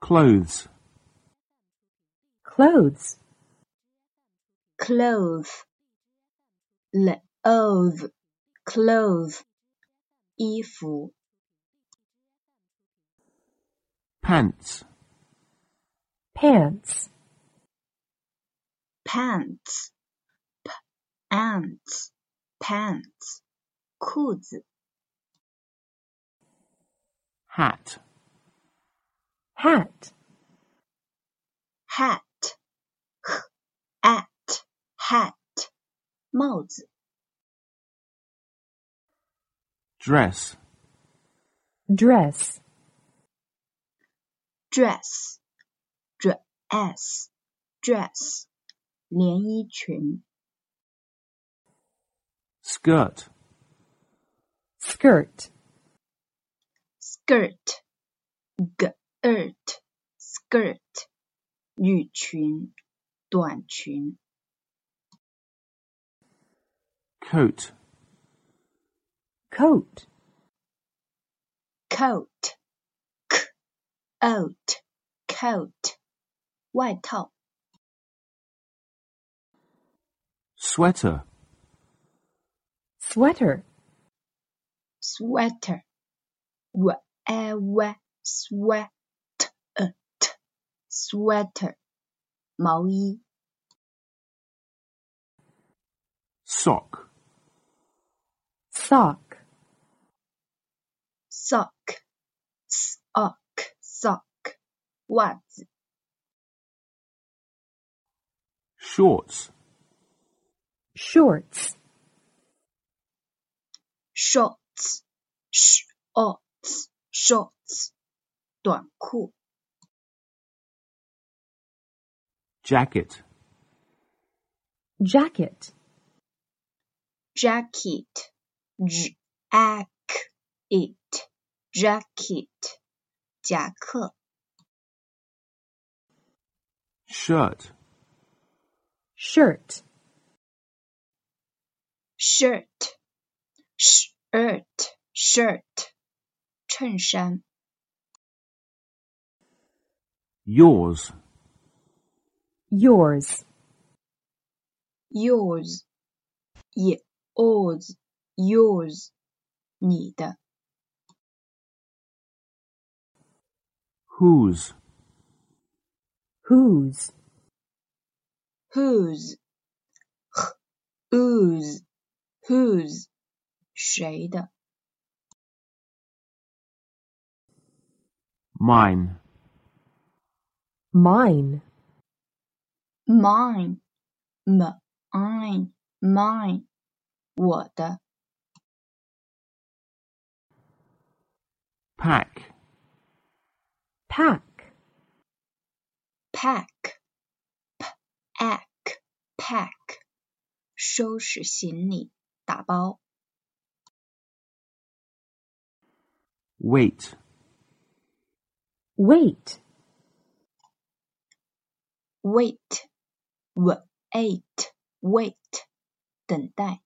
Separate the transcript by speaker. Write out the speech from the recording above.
Speaker 1: clothes,
Speaker 2: clothes,
Speaker 3: clothes, l o v e clothes，衣服
Speaker 1: pants,
Speaker 2: pants,
Speaker 3: pants, pants, pants，裤子
Speaker 1: hat,
Speaker 2: hat,
Speaker 3: hat, hat, hat，帽子
Speaker 1: dress,
Speaker 2: dress,
Speaker 3: dress, dress, dress，连衣裙
Speaker 1: skirt,
Speaker 2: skirt,
Speaker 3: skirt, girt, skirt，女裙、短裙
Speaker 1: coat,
Speaker 2: coat,
Speaker 3: coat, coat, coat，外套
Speaker 1: sweater,
Speaker 2: sweater,
Speaker 3: sweater, w a w sweat, t sweater，毛衣
Speaker 1: sock,
Speaker 2: sock,
Speaker 3: sock, sock, sock，袜子
Speaker 1: shorts,
Speaker 2: shorts,
Speaker 3: shorts, shorts, shorts，短裤
Speaker 1: jacket,
Speaker 2: jacket,
Speaker 3: jacket, jacket, jacket，夹克
Speaker 1: shirt,
Speaker 2: shirt,
Speaker 3: shirt, shirt, shirt，衬衫
Speaker 1: yours,
Speaker 2: yours,
Speaker 3: yours, yours, yours，你的
Speaker 1: whose,
Speaker 2: whose,
Speaker 3: whose, whose, whose，谁的
Speaker 1: mine,
Speaker 2: mine,
Speaker 3: mine, mine, mine，我的
Speaker 1: pack,
Speaker 2: pack,
Speaker 3: pack, pack, pack，收拾行李，打包
Speaker 1: weight,
Speaker 2: weight,
Speaker 3: wait, wait, wait，等待